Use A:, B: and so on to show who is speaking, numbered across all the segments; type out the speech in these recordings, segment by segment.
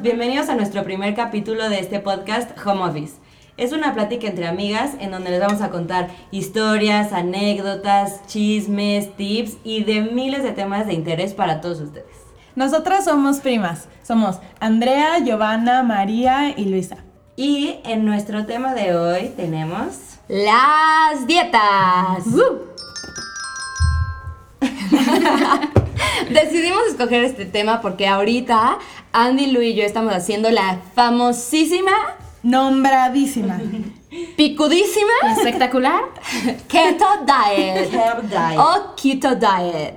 A: Bienvenidos a nuestro primer capítulo de este podcast Home Office. Es una plática entre amigas en donde les vamos a contar historias, anécdotas, chismes, tips y de miles de temas de interés para todos ustedes.
B: Nosotras somos primas. Somos Andrea, Giovanna, María y Luisa.
A: Y en nuestro tema de hoy tenemos...
C: Las dietas. Decidimos escoger este tema porque ahorita Andy, Lu y yo estamos haciendo la famosísima,
B: Nombradísima.
C: picudísima
D: Espectacular.
C: Keto Diet
A: Keto Diet.
C: o Keto Diet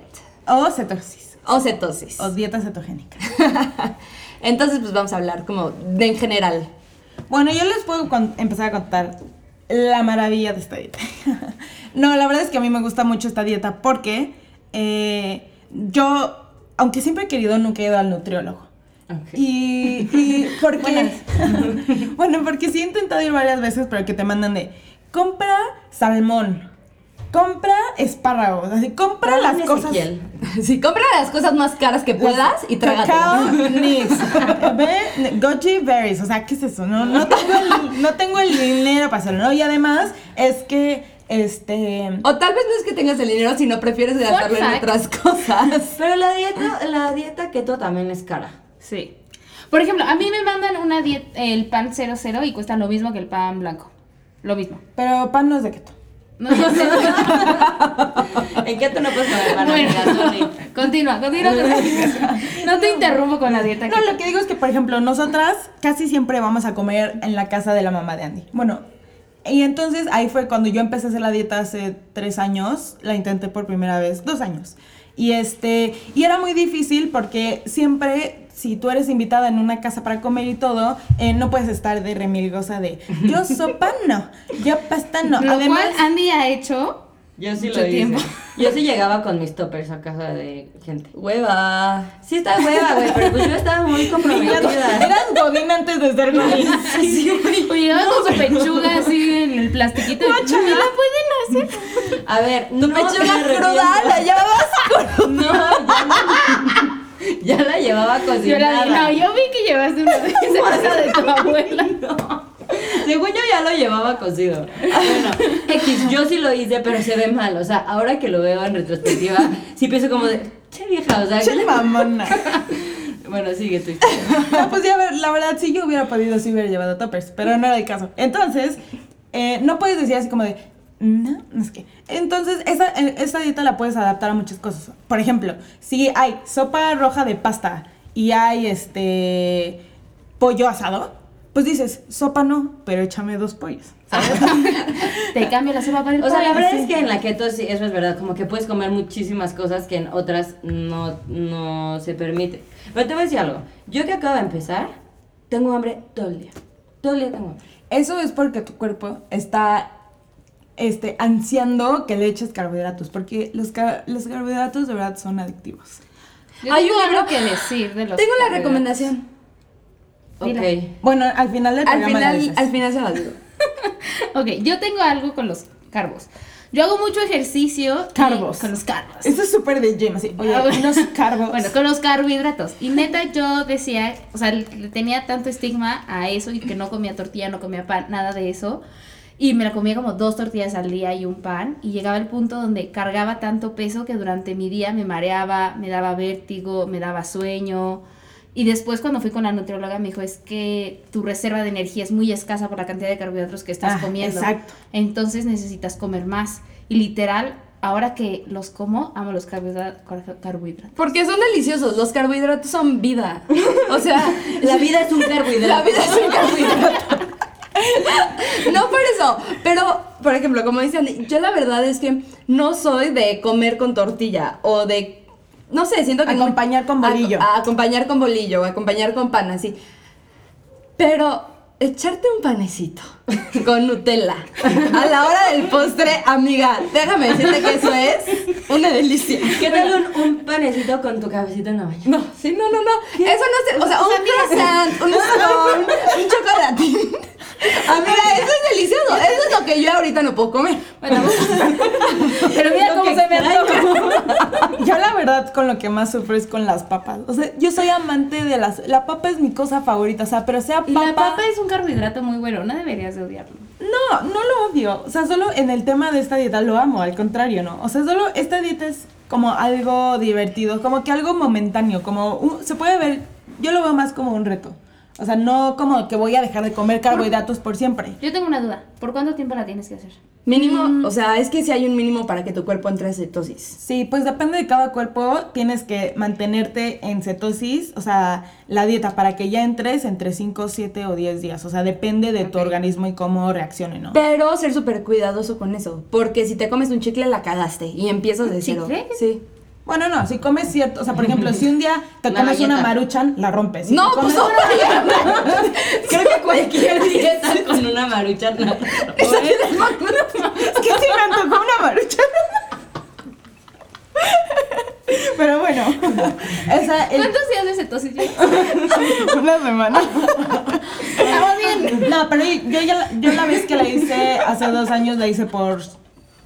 B: o cetosis.
C: o cetosis.
B: O dieta cetogénica.
C: Entonces, pues vamos a hablar como de en general.
B: Bueno, yo les puedo con- empezar a contar la maravilla de esta dieta. no, la verdad es que a mí me gusta mucho esta dieta porque eh, yo, aunque siempre he querido, nunca he ido al nutriólogo. Y, y porque, bueno, porque sí he intentado ir varias veces, pero que te mandan de, compra salmón, compra espárragos, así, compra
A: Pero
B: las
A: dime,
B: cosas.
A: Ezequiel.
C: Si compra las cosas más caras que puedas y
B: Cacao,
C: trágatelas.
B: Nix, Ve- goji berries, o sea, ¿qué es eso? No, no, tengo el, no tengo el dinero para hacerlo, ¿no? Y además es que, este...
C: O tal vez no es que tengas el dinero, sino prefieres gastarlo en
D: fact.
C: otras cosas.
A: Pero la dieta, la dieta keto también es cara.
D: Sí. Por ejemplo, a mí me mandan una diet- el pan 00 y cuesta lo mismo que el pan blanco. Lo mismo.
B: Pero pan no es de keto.
D: No, no sé.
A: En keto no puedes comer pan,
D: Bueno,
A: amiga, sorry.
D: continúa, continúa con la dieta. No te interrumpo con la dieta.
B: No, lo que digo es que, por ejemplo, nosotras casi siempre vamos a comer en la casa de la mamá de Andy. Bueno, y entonces ahí fue cuando yo empecé a hacer la dieta hace tres años, la intenté por primera vez, dos años. Y este, y era muy difícil porque siempre, si tú eres invitada en una casa para comer y todo, eh, no puedes estar de remilgosa de, yo sopa no, yo pasta no.
D: Lo
B: Además,
D: cual Andy ha hecho.
A: Yo sí
D: Mucho
A: lo hice.
D: tiempo.
A: Yo sí llegaba con mis toppers a casa de gente.
C: Hueva.
A: Sí está hueva, güey, pero pues yo estaba muy comprometida.
B: eras godín antes de ser godín.
D: Oye, va con su pechuga así en el plastiquito. No la pueden hacer.
A: A ver, no me
C: pechuga
B: Cruda, la llevabas
A: No, ya, no. Ya la llevaba
D: Yo la
A: cocinada.
D: di- no, yo vi que llevaste una de esa casa de tu abuela.
A: Según yo ya lo llevaba cocido. Bueno, X, yo sí lo hice, pero se ve mal. O sea, ahora que lo veo en retrospectiva, sí pienso como de, che vieja, o sea,
B: Che, mamona.
A: bueno, sigue tu historia.
B: No, pues ya, a ver, la verdad, si yo hubiera podido, si hubiera llevado toppers, pero no era el caso. Entonces, eh, no puedes decir así como de, no, no es que. Entonces, esa, eh, esa dieta la puedes adaptar a muchas cosas. Por ejemplo, si hay sopa roja de pasta y hay este pollo asado, pues dices, sopa no, pero échame dos pollos.
D: Te cambio la sopa para el
A: O sea, la
D: pan.
A: verdad es que en la keto sí, eso es verdad, como que puedes comer muchísimas cosas que en otras no, no se permite. Pero te voy a decir algo, yo que acabo de empezar, tengo hambre todo el día. Todo el día tengo hambre.
B: Eso es porque tu cuerpo está este, ansiando que le eches carbohidratos, porque los, ca- los carbohidratos de verdad son adictivos.
D: Yo
C: Hay
D: tengo
C: un libro-
D: algo que decir de los
C: Tengo la
D: carbohidratos.
C: recomendación.
A: Ok.
D: Dila.
B: Bueno, al final del
C: Al
B: programa la
C: final,
B: dices.
C: al final se las digo.
D: Ok, yo tengo algo con los carbos. Yo hago mucho ejercicio. y-
B: Carbos.
D: Con los carbos.
B: Eso es súper de gym, así, oye,
D: Ah, bueno.
B: unos carbos.
D: Bueno, con los carbohidratos. Y neta, yo decía, o sea, le tenía tanto estigma a eso y que no comía tortilla, no comía pan, nada de eso. Y me la comía como dos tortillas al día y un pan. Y llegaba el punto donde cargaba tanto peso que durante mi día me mareaba, me daba vértigo, me daba sueño. Y después cuando fui con la nutrióloga me dijo, es que tu reserva de energía es muy escasa por la cantidad de carbohidratos que estás
B: Ah,
D: comiendo.
B: exacto.
D: Entonces necesitas comer más. Y literal, ahora que los como, amo los carbohidra- car- carbohidratos.
C: Porque son deliciosos, los carbohidratos son vida. O sea,
A: La vida es un carbohidrato.
C: la vida es un carbohidrato. No por eso, pero por ejemplo, como dicen, yo la verdad es que no soy de comer con tortilla o de, no sé, siento que... no-
B: Acompañar con bolillo.
C: A- a acompañar con bolillo, o acompañar con pan, así. Pero echarte un panecito con Nutella a la hora del postre, amiga, déjame decirte que eso es una delicia.
A: ¿Qué tal un, un panecito con tu cabecita en la mañana?
C: No, sí, no, no, no. Eso no se. O sea, un croissant, un scone, un chocolatín. Amiga, eso es delicioso. Eso es lo que yo ahorita no puedo comer.
D: Pero mira cómo se me
B: Yo la verdad con lo que más sufro es con las papas. O sea, yo soy amante de las... La papa es mi cosa favorita, o sea, pero sea papa...
D: Y la papa es un carbohidrato muy bueno, no deberías de odiarlo.
B: No, no lo odio. O sea, solo en el tema de esta dieta lo amo, al contrario, ¿no? O sea, solo esta dieta es como algo divertido, como que algo momentáneo, como un- se puede ver, yo lo veo más como un reto. O sea, no como que voy a dejar de comer carbohidratos por siempre.
D: Yo tengo una duda, ¿por cuánto tiempo la tienes que hacer?
C: Mínimo,
B: Mm.
C: o sea, es que si hay un mínimo para que tu cuerpo entre a cetosis.
B: Sí, pues depende de cada cuerpo, tienes que mantenerte en cetosis, o sea, la dieta para que ya entres entre 5, 7 o 10 días, o sea, depende de tu organismo y cómo reaccione, ¿no?
C: Pero ser súper cuidadoso con eso, porque si te comes un chicle la cagaste y empiezas de cero.
D: ¿Chicle?
C: Sí.
B: Bueno, no, si comes cierto, o sea, por ejemplo, si un día te
A: Una
B: comes una
A: galleta.
B: maruchan, la rompes. Si
C: no,
B: te
C: pues
B: comes-
C: no. Creo que cualquier dieta.
A: Estar con una marucha. no.
B: Es que sí me antojó una maruchan. Pero bueno, esa es
D: ¿Cuántos días de cetosis llevas?
B: una semana.
D: Estamos bien.
B: Ah, No, pero yo, ya la- yo la vez que la hice hace dos años la hice por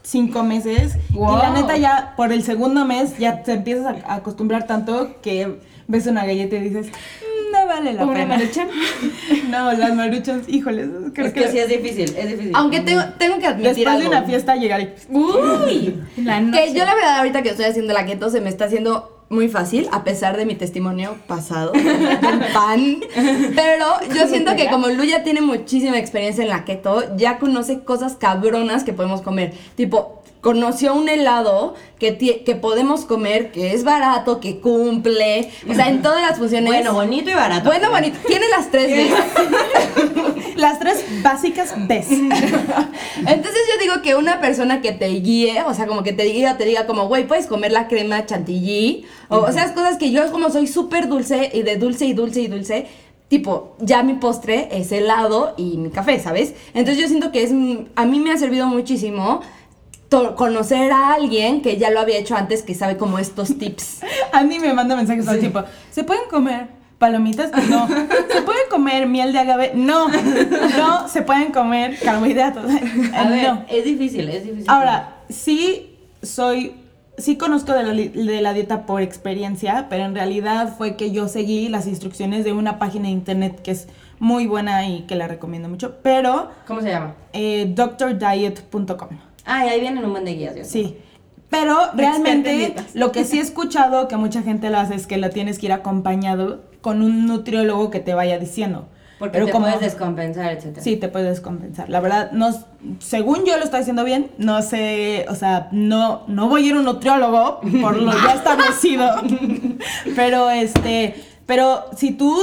B: cinco meses. Y la
D: Wow.
B: neta ya por el segundo mes ya te empiezas a acostumbrar tanto que ves una galleta y dices, "Mm, no vale la
D: ¿Una
B: pena.
D: maruchan?
B: No, las maruchas, híjoles, creo
A: Es que sí es difícil, es difícil.
C: Aunque tengo, tengo que admitir
B: después de
C: algo.
B: una fiesta llegar y...
C: Uy.
D: La
C: Que
D: noche.
C: yo la verdad ahorita que estoy haciendo la keto se me está haciendo muy fácil a pesar de mi testimonio pasado del pan. Pero yo siento que como Lu ya tiene muchísima experiencia en la keto, ya conoce cosas cabronas que podemos comer. Tipo, conoció un helado que, tie- que podemos comer, que es barato, que cumple. O sea, en todas las funciones.
A: Bueno, bonito y barato.
C: Bueno, bonito. Tiene las tres veces.
B: Las tres básicas ves.
C: Entonces yo digo que una persona que te guíe, o sea, como que te diga, te diga como, güey, puedes comer la crema chantilly, o, o sea, es cosas que yo como soy súper dulce y de dulce y dulce y dulce, tipo, ya mi postre es helado y mi café, ¿sabes? Entonces yo siento que es, mm, a mí me ha servido muchísimo to- conocer a alguien que ya lo había hecho antes, que sabe como estos tips.
B: Andy me manda mensajes al tipo, ¿se pueden comer palomitas? Pues No. ¿Se pueden comer miel de agave? No. No se pueden comer carbohidratos. Eh,
A: A ver,
B: No.
A: es difícil, es difícil.
B: Ahora, sí soy, sí conozco de la, li- de la dieta por experiencia, pero en realidad fue que yo seguí las instrucciones de una página de internet que es muy buena y que la recomiendo mucho, pero
A: ¿Cómo se llama?
B: eh, doctordiet.com.
A: Ah, y ahí vienen un buen de guías. yo sé.
B: Sí. Pero
C: en
B: realmente
C: dietas.
B: lo que sí he escuchado que mucha gente lo hace es que lo tienes que ir acompañado con un nutriólogo que te vaya diciendo.
A: Porque
B: Pero
A: te
B: como-
A: puedes descompensar, etcétera.
B: Sí, te puedes compensar. La verdad, no, según yo lo estoy haciendo bien, no sé, o sea, no, no voy a ir a un nutriólogo por lo ya establecido. pero este, pero si tú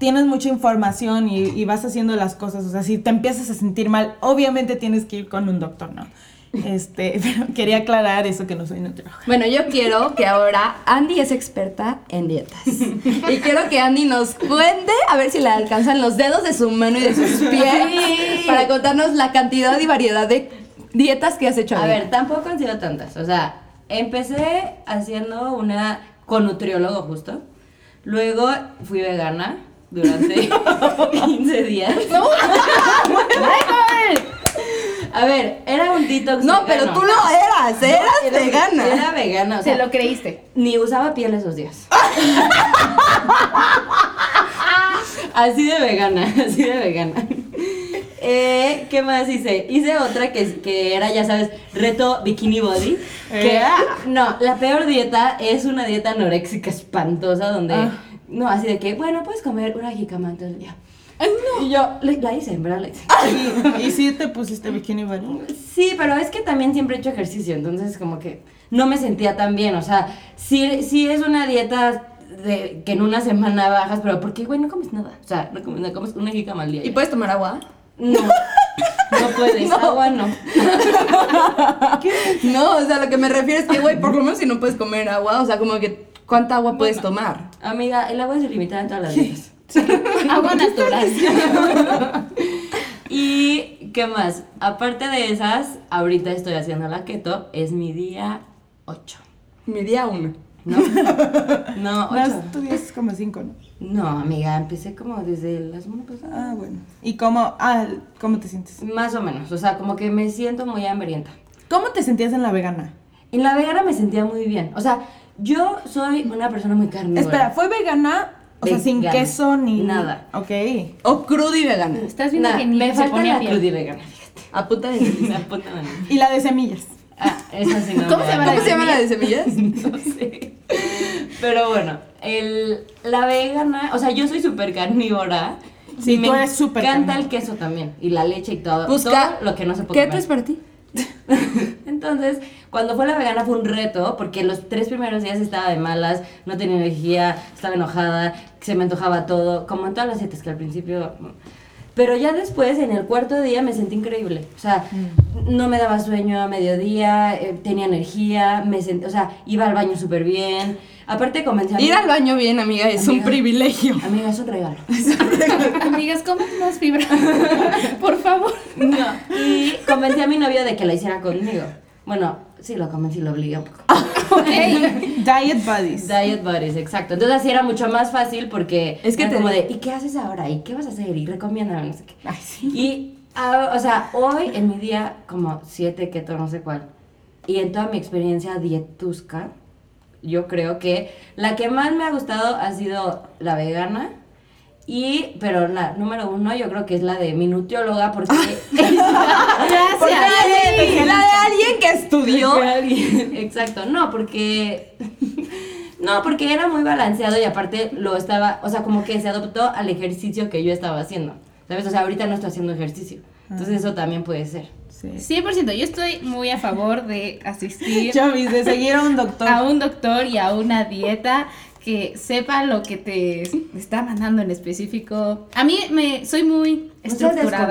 B: tienes mucha información y, y vas haciendo las cosas, o sea, si te empiezas a sentir mal, obviamente tienes que ir con un doctor, ¿no? Este, pero quería aclarar eso que no soy nutrióloga.
C: Bueno, yo quiero que ahora Andy es experta en dietas. Y quiero que Andy nos cuente, a ver si le alcanzan los dedos de su mano y de sus pies, para contarnos la cantidad y variedad de dietas que has hecho.
A: A
C: Andy.
A: ver, tampoco han sido tantas. O sea, empecé haciendo una con nutriólogo justo. Luego fui vegana durante 15 días. A ver, era un detox.
C: no, pero
A: vegano.
C: tú no eras, eras
A: Era-
C: vegana.
A: Era vegana, o sea,
D: Te lo creíste.
A: ni usaba piel esos días. así de vegana, así de vegana. Eh, ¿Qué más hice? Hice otra que, que era, ya sabes, reto bikini body. Que
B: Eh.
A: no, la peor dieta es una dieta anoréxica espantosa donde,
D: Ah.
A: no, así de que, bueno, puedes comer una jicama todo el día. Y yo le- la hice, en verdad la hice.
B: ¿Y, y si te pusiste bikini bueno?
A: Sí, pero es que también siempre he hecho ejercicio, entonces como que no me sentía tan bien, o sea, sí, sí es una dieta de, que en una semana bajas, pero porque, güey, no comes nada, o sea, no comes, no comes una jícama al día.
C: ¿Y pues
A: ya.
C: puedes tomar agua?
A: No, no puedes, agua no.
C: No, o sea, lo que me refiero es que, güey, por lo menos si no puedes comer agua, o sea, como que, ¿cuánta agua puedes tomar?
A: Amiga, el agua es limitada en todas las dietas.
D: Agua natural.
A: ¿Y qué más? Aparte de esas, ahorita estoy haciendo la keto, es mi día 8,
C: Mi día uno.
A: ¿no? No,
B: No,
A: 8.
B: tú dices como cinco, ¿no?
A: No, amiga, empecé como desde la semana pasada.
B: Ah, bueno. ¿Y cómo, ah, cómo te sientes?
A: Más o menos, o sea, como que me siento muy hambrienta.
B: ¿Cómo te sentías en la vegana?
A: En la vegana me sentía muy bien, o sea, Yo soy una persona muy carnívora.
B: Espera, ¿fue vegana? O sea, sin
A: Vegana.
B: queso ni
A: Nada.
B: Ok.
C: O crudo y vegano.
D: Estás viendo
A: Nah,
D: que ni
A: me
D: se
A: falta
D: pone
A: la
D: a pie.
A: crudivegana.
C: A punta de
A: Me
C: semillas.
A: apunta la mano.
B: Y la de semillas.
A: Ah, esa sí no
D: ¿Cómo
A: me da.
D: se llama
C: ¿Cómo se llama la de semillas?
A: No sé. Pero bueno, el, la vegana, o sea, yo soy súper carnívora.
B: Sí,
A: Y me
B: tú eres súper
A: encanta
B: carnívora.
A: el queso también y la leche y todo,
C: Busca.
A: todo lo que no se puede
C: ¿Qué
A: comer.
C: traes para ti?
A: Entonces, cuando fue la vegana fue un reto, porque los tres primeros días estaba de malas, no tenía energía, estaba enojada, se me antojaba todo, como en todas las dietas que al principio... Pero ya después, en el cuarto día, me sentí increíble. O sea,
C: Mm.
A: no me daba sueño a mediodía, eh, tenía energía, me sent- o sea, iba al baño súper bien. Aparte comencé a...
C: Ir al baño bien, amiga, es un
A: Amiga.
C: privilegio.
A: Amiga, es un regalo.
D: Amigas, comen más fibra. Por favor.
A: No. Y convencí a mi novio de que lo hiciera conmigo. Bueno, sí lo convencí, lo obligué un poco.
B: Diet buddies.
A: Diet buddies, exacto. Entonces así era mucho más fácil porque
C: Es que
A: era
C: te
A: como
C: di-
A: de, ¿y qué haces ahora? ¿Y qué vas a hacer? Y recomiéndame, no sé qué.
B: Ay, sí.
A: Y, ah, o sea, hoy en mi día como siete keto, no sé cuál. Y en toda mi experiencia dietusca, yo creo que la que más me ha gustado ha sido la vegana. Y, pero la número uno yo creo que es la de mi nutrióloga porque...
B: Porque ella es
D: Gracias.
C: La de
B: vegetariana.
C: alguien que estudió.
A: Fue alguien. Exacto, no, porque. No, porque era muy balanceado y aparte lo estaba. O sea, como que se adoptó al ejercicio que yo estaba haciendo. ¿Sabes? O sea, ahorita no estoy haciendo ejercicio. Entonces, eso también puede ser.
B: Sí.
D: 100%. Yo estoy muy a favor de asistir
B: Chavis, de seguir a un doctor.
D: a un doctor y a una dieta que sepa lo que te está mandando en específico. A mí me soy muy
A: No seas
D: estructurada.
A: Pues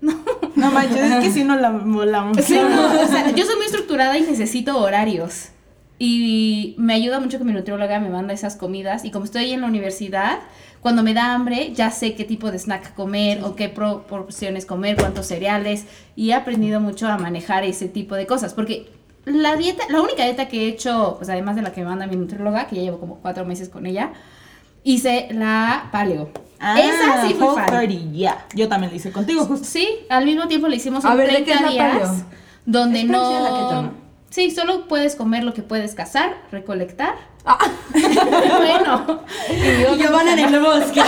A: desconfiada.
B: No manches, es que si no la volamos.
D: Sí, no, o sea, yo soy muy estructurada y necesito horarios. Y me ayuda mucho que mi nutrióloga me manda esas comidas. Y como estoy en la universidad, cuando me da hambre, ya sé qué tipo de snack comer o qué proporciones comer, cuántos cereales. Y he aprendido mucho a manejar ese tipo de cosas. Porque la dieta, la única dieta que he hecho, pues además de la que me manda mi nutrióloga, que ya llevo como cuatro meses con ella, hice la paleo.
B: Ah,
D: Esa sí fue
B: Whole
D: fan.
B: 30, ya. Yo también lo hice contigo, justo.
D: Sí, al mismo tiempo le hicimos
C: A
D: un
C: ver, ¿de qué
D: 30
C: es la paleo?
D: días donde
A: Es parecida a la
D: no...
A: keto, ¿no?
D: Sí, solo puedes comer lo que puedes cazar, recolectar. bueno.
A: Y Giovanna en el bosque.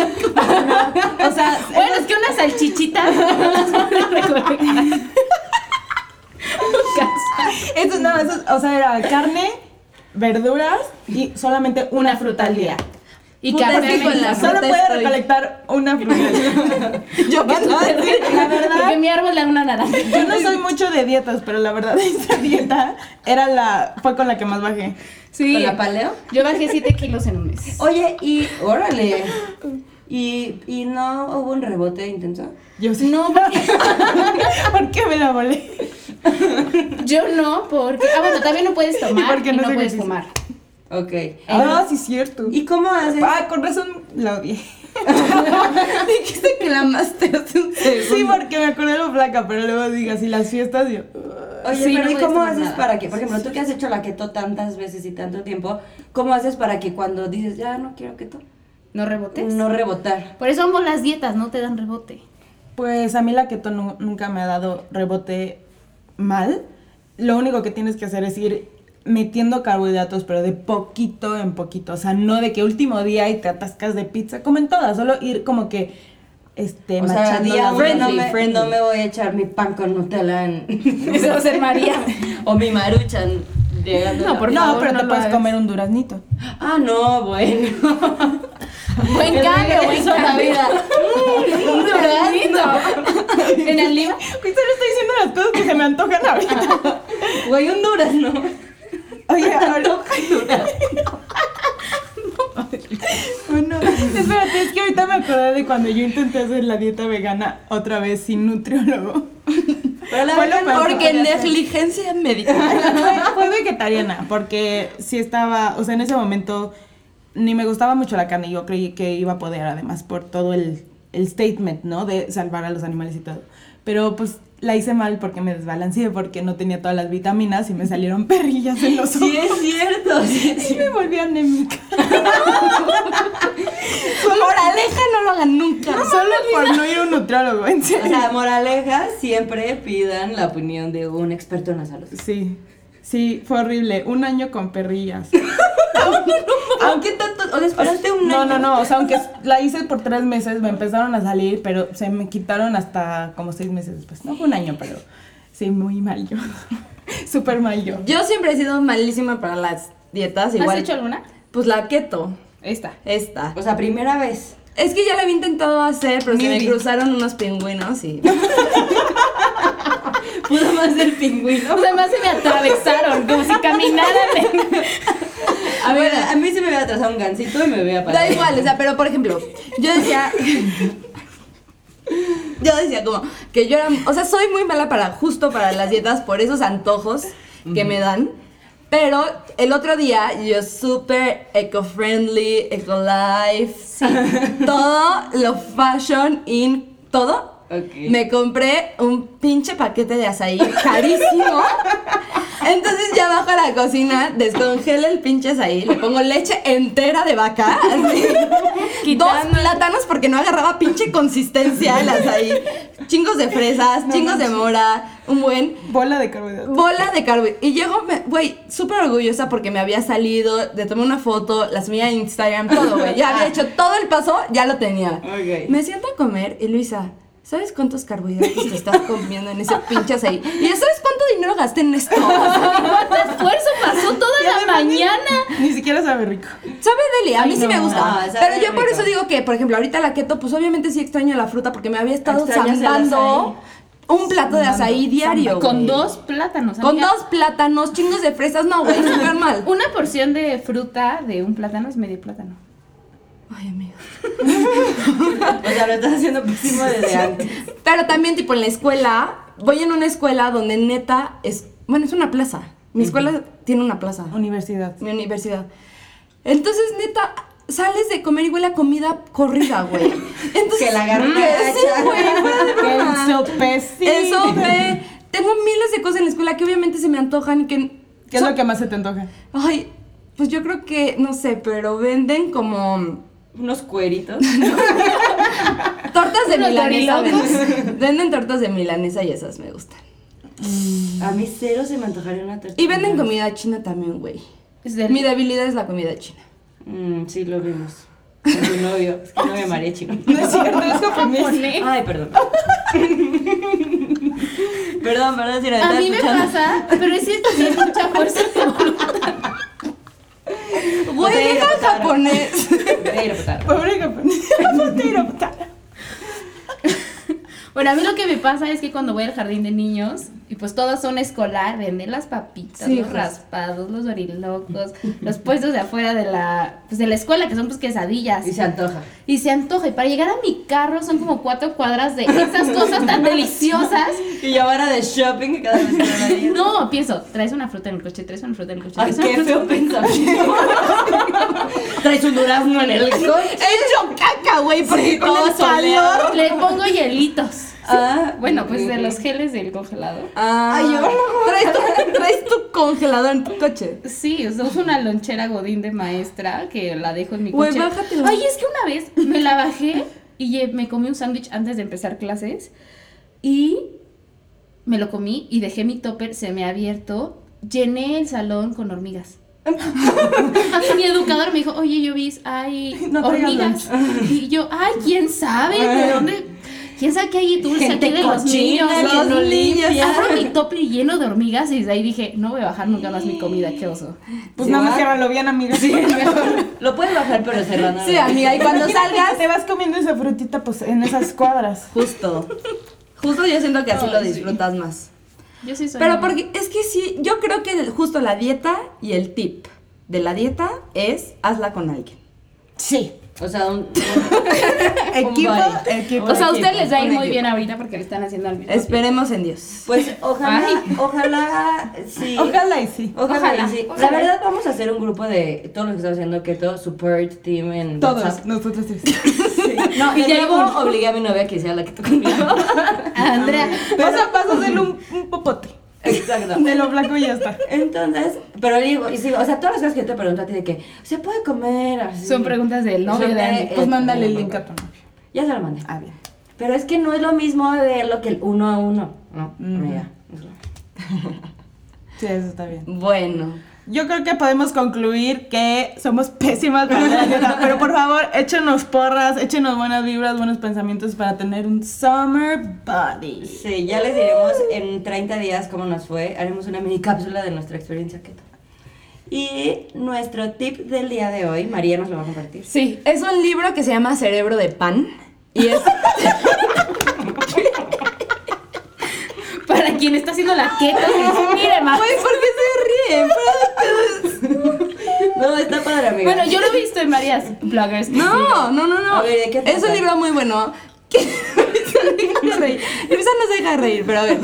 B: O sea,
D: Bueno, es que una salchichita no las puedes recolectar. Cazar.
B: eso, no, eso, o sea, era carne, verduras y solamente una, fruta al día.
D: Y
C: Puta,
D: café
C: es que con la
D: mexicano.
B: Solo
C: fruta
B: puede
C: estoy-
B: recolectar una fruta. al día. yo que no, la verdad,
D: Porque mi árbol da una naranja.
B: yo no soy mucho de dietas, pero la verdad esta dieta era la fue con la que más bajé.
D: Sí.
A: ¿Con la paleo?
D: Yo bajé 7 kilos en un mes.
A: Oye, y. Órale. ¿Y, y no hubo un rebote intenso?
B: Yo sí. No, porque ¿Por qué me la volé?
D: Yo no, porque... Ah, bueno, también no puedes tomar y,
B: ¿Y por qué no
D: no
B: se
D: puedes
B: ejercicio?
D: fumar.
A: Ok.
B: Ah, sí es cierto.
A: ¿Y cómo haces?
B: Ah, con razón la odié.
C: Dijiste que la amaste hace un
B: Sí,
C: segundo.
B: porque me acordé de lo flaca, pero luego digas, y las fiestas, yo.
A: Oye,
D: Sí,
A: pero
D: no
A: ¿y
D: puedes
A: cómo
D: tomar
A: haces
D: nada.
A: para que, por ejemplo, tú que has hecho la keto tantas veces y tanto tiempo, ¿cómo haces para que cuando dices, ya no quiero keto,
D: ¿No rebotes?
A: no rebotar?
D: Por eso ambos las dietas no te dan rebote.
B: Pues a mí la keto nu- nunca me ha dado rebote mal. Lo único que tienes que hacer es ir metiendo carbohidratos, pero de poquito en poquito. O sea, no de que último día y te atascas de pizza, como en todas, solo ir como que este
A: O sea,
B: machando
A: día
B: la
A: uno
B: onda.
A: no me, no me voy a echar mi pan con Nutella en...
D: Eso va a ser María.
A: o mi maruchan llegando.
D: No, por
B: no,
D: favor,
B: pero
D: no
B: te
D: lo
B: puedes
D: hagas.
B: comer un duraznito.
A: Ah, no, bueno.
D: Buen cambio, buen
A: Eso, la
D: cambio.
A: vida.
D: Un durazno. En el Lima.
B: Pues solo estoy diciendo las cosas que se me antojan ahorita.
A: Güey, Honduras, ¿no?
B: Oye, ahora. Oh, no. Espérate, es que ahorita me acordé de cuando yo intenté hacer la dieta vegana otra vez sin nutriólogo.
A: Pero la
B: Bueno,
A: verdad no lo
C: Porque
A: voy a hacer.
C: negligencia médica.
B: fue, fue vegetariana, porque sí estaba, o sea, en ese momento ni me gustaba mucho la carne, yo creí que iba a poder, además, por todo el, el statement, ¿no? De salvar a los animales y todo. Pero pues la hice mal porque me desbalanceé, porque no tenía todas las vitaminas y me salieron perrillas en los ojos.
A: Sí, es cierto. sí,
B: Y me volví anémica.
C: Moraleja, no lo hagan nunca.
B: Solo por no ir a un nutriólogo, en
A: O
B: serio.
A: sea, moraleja, siempre pidan la opinión de un experto en la salud.
B: Sí. Sí, fue horrible. Un año con perrillas.
A: Aunque tanto, o sea, esperaste un
B: No,
A: año.
B: no, no. O sea, aunque la hice por tres meses, me empezaron a salir, pero se me quitaron hasta como seis meses después. No fue un año, pero sí, muy mal yo. Súper mal yo.
C: Yo siempre he sido malísima para las dietas. Igual.
D: ¿Has hecho alguna?
C: Pues la keto,
B: Esta.
C: esta.
A: O sea, primera vez.
C: Es que ya la había intentado hacer, pero se me
B: Mili.
C: cruzaron unos pingüinos y. Pudo más del pingüino.
D: O sea, más se me atravesaron, como si caminaran.
A: A ver, a mí se me había atrasado un gancito y me había pasado.
C: Da igual, o sea, pero por ejemplo, yo decía. Yo decía como que yo era. O sea, soy muy mala para. Justo para las dietas, por esos antojos que me dan. Pero el otro día yo súper eco-friendly, eco-life, todo lo fashion in todo.
A: Ok.
C: Me compré un pinche paquete de azaí carísimo. Entonces ya bajo a la cocina, descongelo el pinche azaí, le pongo leche entera de vaca, así. dos plátanos porque no agarraba pinche consistencia el azaí. Chingos de fresas, chingos de mora, un buen
B: Bola de carbohidratos.
C: bola de carbohidratos. Y llego, me- güey, súper orgullosa porque me había salido, de tomé una foto, la subí a Instagram, todo, güey. Ya había hecho todo el paso, ya lo tenía.
A: Ok.
C: Me siento a comer y Luisa, ¿sabes cuántos carbohidratos te estás comiendo en ese pinche ahí? ¿Y sabes cuánto dinero gasté en esto?
D: ¿Cuánto esfuerzo pasó toda
B: Y
D: la
B: además ni-
D: mañana?
B: Ni siquiera sabe rico.
C: Sabe deli, a mí sí me gusta.
A: no, Ah, sabe
C: pero yo por
A: rico.
C: eso digo que, por ejemplo, ahorita la keto, pues obviamente sí extraño la fruta porque me había estado
A: Extrañas el
C: zambando un plato de azaí diario.
D: Con
C: güey.
D: dos
A: pues,
D: plátanos.
C: Con
D: amiga.
C: dos plátanos, chingos de fresas, no, güey, súper mal.
D: Una porción de fruta de un plátano es medio plátano.
C: Ay, amigo.
A: O sea, lo estás haciendo pésimo desde antes.
C: Pero también, tipo, en la escuela, voy en una escuela donde neta es. Bueno, es una plaza. Mi escuela tiene una plaza.
B: Universidad.
C: Mi universidad. Entonces, neta, sales de comer y huele a comida corrida, güey. Entonces,
A: Que la garnacha.
C: que sí, güey, fuera de
B: Que
C: broma.
B: el sopecito.
C: Eso, güey. Tengo miles de cosas en la escuela que obviamente se me antojan y que.
B: ¿Qué es lo que más se te antoja?
C: Ay, pues yo creo que, no sé, pero venden como.
A: Unos cueritos.
C: Tortas de
D: Unos
C: milanesa.
D: dorilocos.
C: Venden, Venden tortas de milanesa y esas me gustan.
A: A mí cero se me antojaría una tortilla.
C: Y venden comida china también, güey.
D: Es del-
C: Mi debilidad es la comida china.
A: Mm, sí, lo vimos. Con tu novio. Es que no me mareé chino.
B: No es cierto, es japonés.
D: Japonés.
A: Ay, perdón. perdón, perdón si lo
D: A
C: Ah,
A: estaba
D: mí me
A: escuchando.
D: pasa, pero es cierto, sí es mucha fuerza de voluntad.
C: Güey,
A: Potato,
C: deja el
A: potato.
C: japonés.
A: Potato, potato.
B: Pobre japonés. Potato, potato.
D: Bueno, a mí lo que me pasa es que cuando voy al jardín de niños, y pues toda zona escolar, venden las papitas,
C: Sí,
D: los
C: pues.
D: raspados, los dorilocos, los puestos de afuera de la, pues de la escuela, que son pues quesadillas.
A: Y se antoja.
D: Y se antoja. Y para llegar a mi carro son como cuatro cuadras de esas cosas tan deliciosas.
A: Y yo ahora de shopping cada vez que no la digo.
D: No, pienso, traes una fruta en el coche, traes una fruta en el coche.
A: Ay,
D: traes una
A: qué
D: fruta en
A: feo
D: el coche.
A: pensamiento. Traes un durazno en el coche.
C: Hecho caca, güey, porque con
A: todo
C: el
A: soleado.
C: calor.
D: Le pongo hielitos.
A: Ah,
D: Bueno, pues de los geles del congelador.
C: Ah,
A: Ay, yo no.
C: ¿Traes tu, traes tu congelador en tu coche.
D: Sí, o sea, uso una lonchera godín de maestra que la dejo en mi
C: Güey,
D: coche.
C: bájatela.
D: Ay, es que una vez me la bajé y lle- me comí un sándwich antes de empezar clases y me lo comí y dejé mi topper se me abierto, llené el salón con hormigas. Así mi educador me dijo, oye, yo vi, hay
B: No traigas
D: hormigas. Y yo, ay, quién sabe, de dónde, quién sabe qué hay dulce
A: Gente
D: aquí de los niños.
A: cochina,
C: que no
D: niños.
C: limpia.
D: Abro mi topper lleno de hormigas y desde ahí dije, no voy a bajar nunca más mi comida, qué oso.
B: Pues
A: Sí,
B: nada más
A: ¿verdad?
B: ciérralo bien, amiga.
A: Lo puedes bajar, pero cerrando.
C: Sí, amiga, y cuando salgas.
B: Te vas comiendo esa frutita pues en esas cuadras.
C: Justo. Justo yo siento que así lo
D: Ay, sí.
C: disfrutas más.
D: Yo sí soy.
C: Pero porque es que sí, yo creo que el- justo la dieta y el tip de la dieta es hazla con alguien.
B: Sí.
A: O sea, un.
B: Equipo,
A: body.
B: equipo.
D: O sea, a ustedes les va a
C: Un
D: ir muy
C: equipo.
D: bien ahorita porque le están haciendo al mismo tiempo.
C: Esperemos en Dios.
A: Pues ojalá,
D: Ay.
A: ojalá, sí.
B: Ojalá y sí.
A: Ojalá,
D: Ojalá,
A: sí.
D: ojalá.
A: La verdad, vamos a hacer un grupo de todos los que están haciendo keto, support team en
B: Todos,
A: WhatsApp.
B: nosotros tres.
A: No,
D: Y
A: y
D: ya hay
A: luego
D: uno.
A: obligué a mi novia que hiciera la keto conmigo.
D: Andrea,
C: Ah,
B: Vas a, vas a hacerle un, un popote
A: Exacto.
B: de lo blanco y ya está.
A: Entonces, pero digo, y sigo, o sea, todas las cosas que yo te pregunto a ti de que, ¿se puede comer así?
D: son preguntas del novio
A: Son
D: de
A: de-
D: Andy.
B: Pues mándale el link a tu novio.
A: Ya se lo mandé.
B: Ah, bien.
A: Pero es que no es lo mismo verlo que el uno a uno. No,
B: Ujú.
A: amiga.
B: Sí, eso está bien.
C: Bueno,
B: Yo creo que podemos concluir que somos pésimas para la dieta, pero por favor, échenos porras, échenos buenas vibras, buenos pensamientos para tener un summer body.
A: Sí, ya les diremos en 30 días cómo nos fue. Haremos una mini cápsula de nuestra experiencia keto. Y nuestro tip del día de hoy, María nos lo va a compartir.
C: sí, es un libro que se llama Cerebro de Pan. Y es.
D: Para quien está haciendo la keto, dice, mire, ma.
C: Güey, ¿por qué se ríen?
A: No, está padre, amiga.
D: Bueno, yo lo he visto en varias bloggers.
C: No, no, no, no.
A: A ver, ¿de qué
C: es
A: trata?
C: un libro muy bueno. que- Luisa no deja de reír. Luisa no se deja de reír, pero a ver.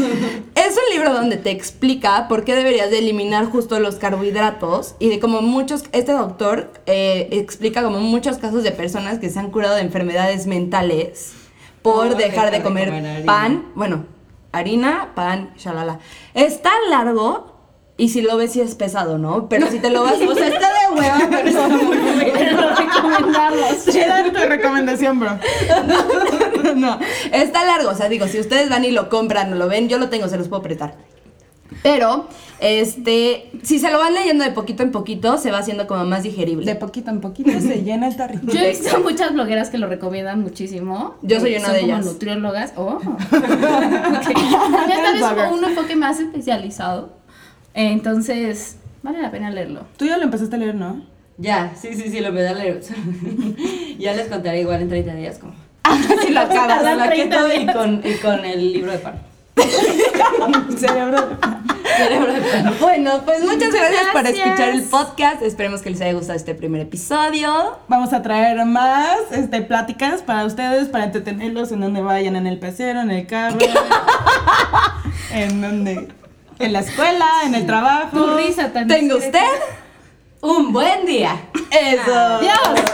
C: Es un libro donde te explica por qué deberías de eliminar justo los carbohidratos y de cómo muchos, este doctor eh, explica como muchos casos de personas que se han curado de enfermedades mentales por
A: Por
C: dejar de comer,
A: harina.
C: pan, bueno, harina, pan, shalala. Es tan largo y si lo ves sí es pesado, ¿no? Pero si te lo vas, o sea, está de hueva, pero está muy
D: Pero lo recomendamos.
B: Era tu recomendación, bro.
C: no, está largo. O sea, digo, si ustedes van y lo compran o lo ven, yo lo tengo, se los puedo apretar. Pero, este, si se lo van leyendo de poquito en poquito, se va haciendo como más digerible.
B: De poquito en poquito se llena el tarrito.
D: Yo he visto muchas blogueras que lo recomiendan muchísimo.
C: Yo soy
D: que
C: una
D: son
C: de
D: como
C: ellas.
D: nutriólogas. Oh. Ok. Ya tal vez como un enfoque más especializado. Eh, Entonces, vale la pena leerlo.
B: Tú ya lo empezaste a leer, ¿no?
A: Ya, sí, sí, sí, lo me da leer. ya les contaré igual en 30 días cómo.
C: si lo acabas.
D: Tardan
A: La
D: 30
A: keto y
D: días.
A: con, y con el libro de pan.
B: Cerebro.
C: Bueno, pues muchas gracias, por
D: Gracias.
C: escuchar el podcast. Esperemos que les haya gustado este primer episodio.
B: Vamos a traer más este, pláticas para ustedes, para entretenerlos en donde vayan, en el pecero, en el carro, en donde, en la escuela, en el trabajo.
D: Tu risa tan
C: Tenga
D: discreta.
C: usted un buen día.
B: Eso.
D: Adiós.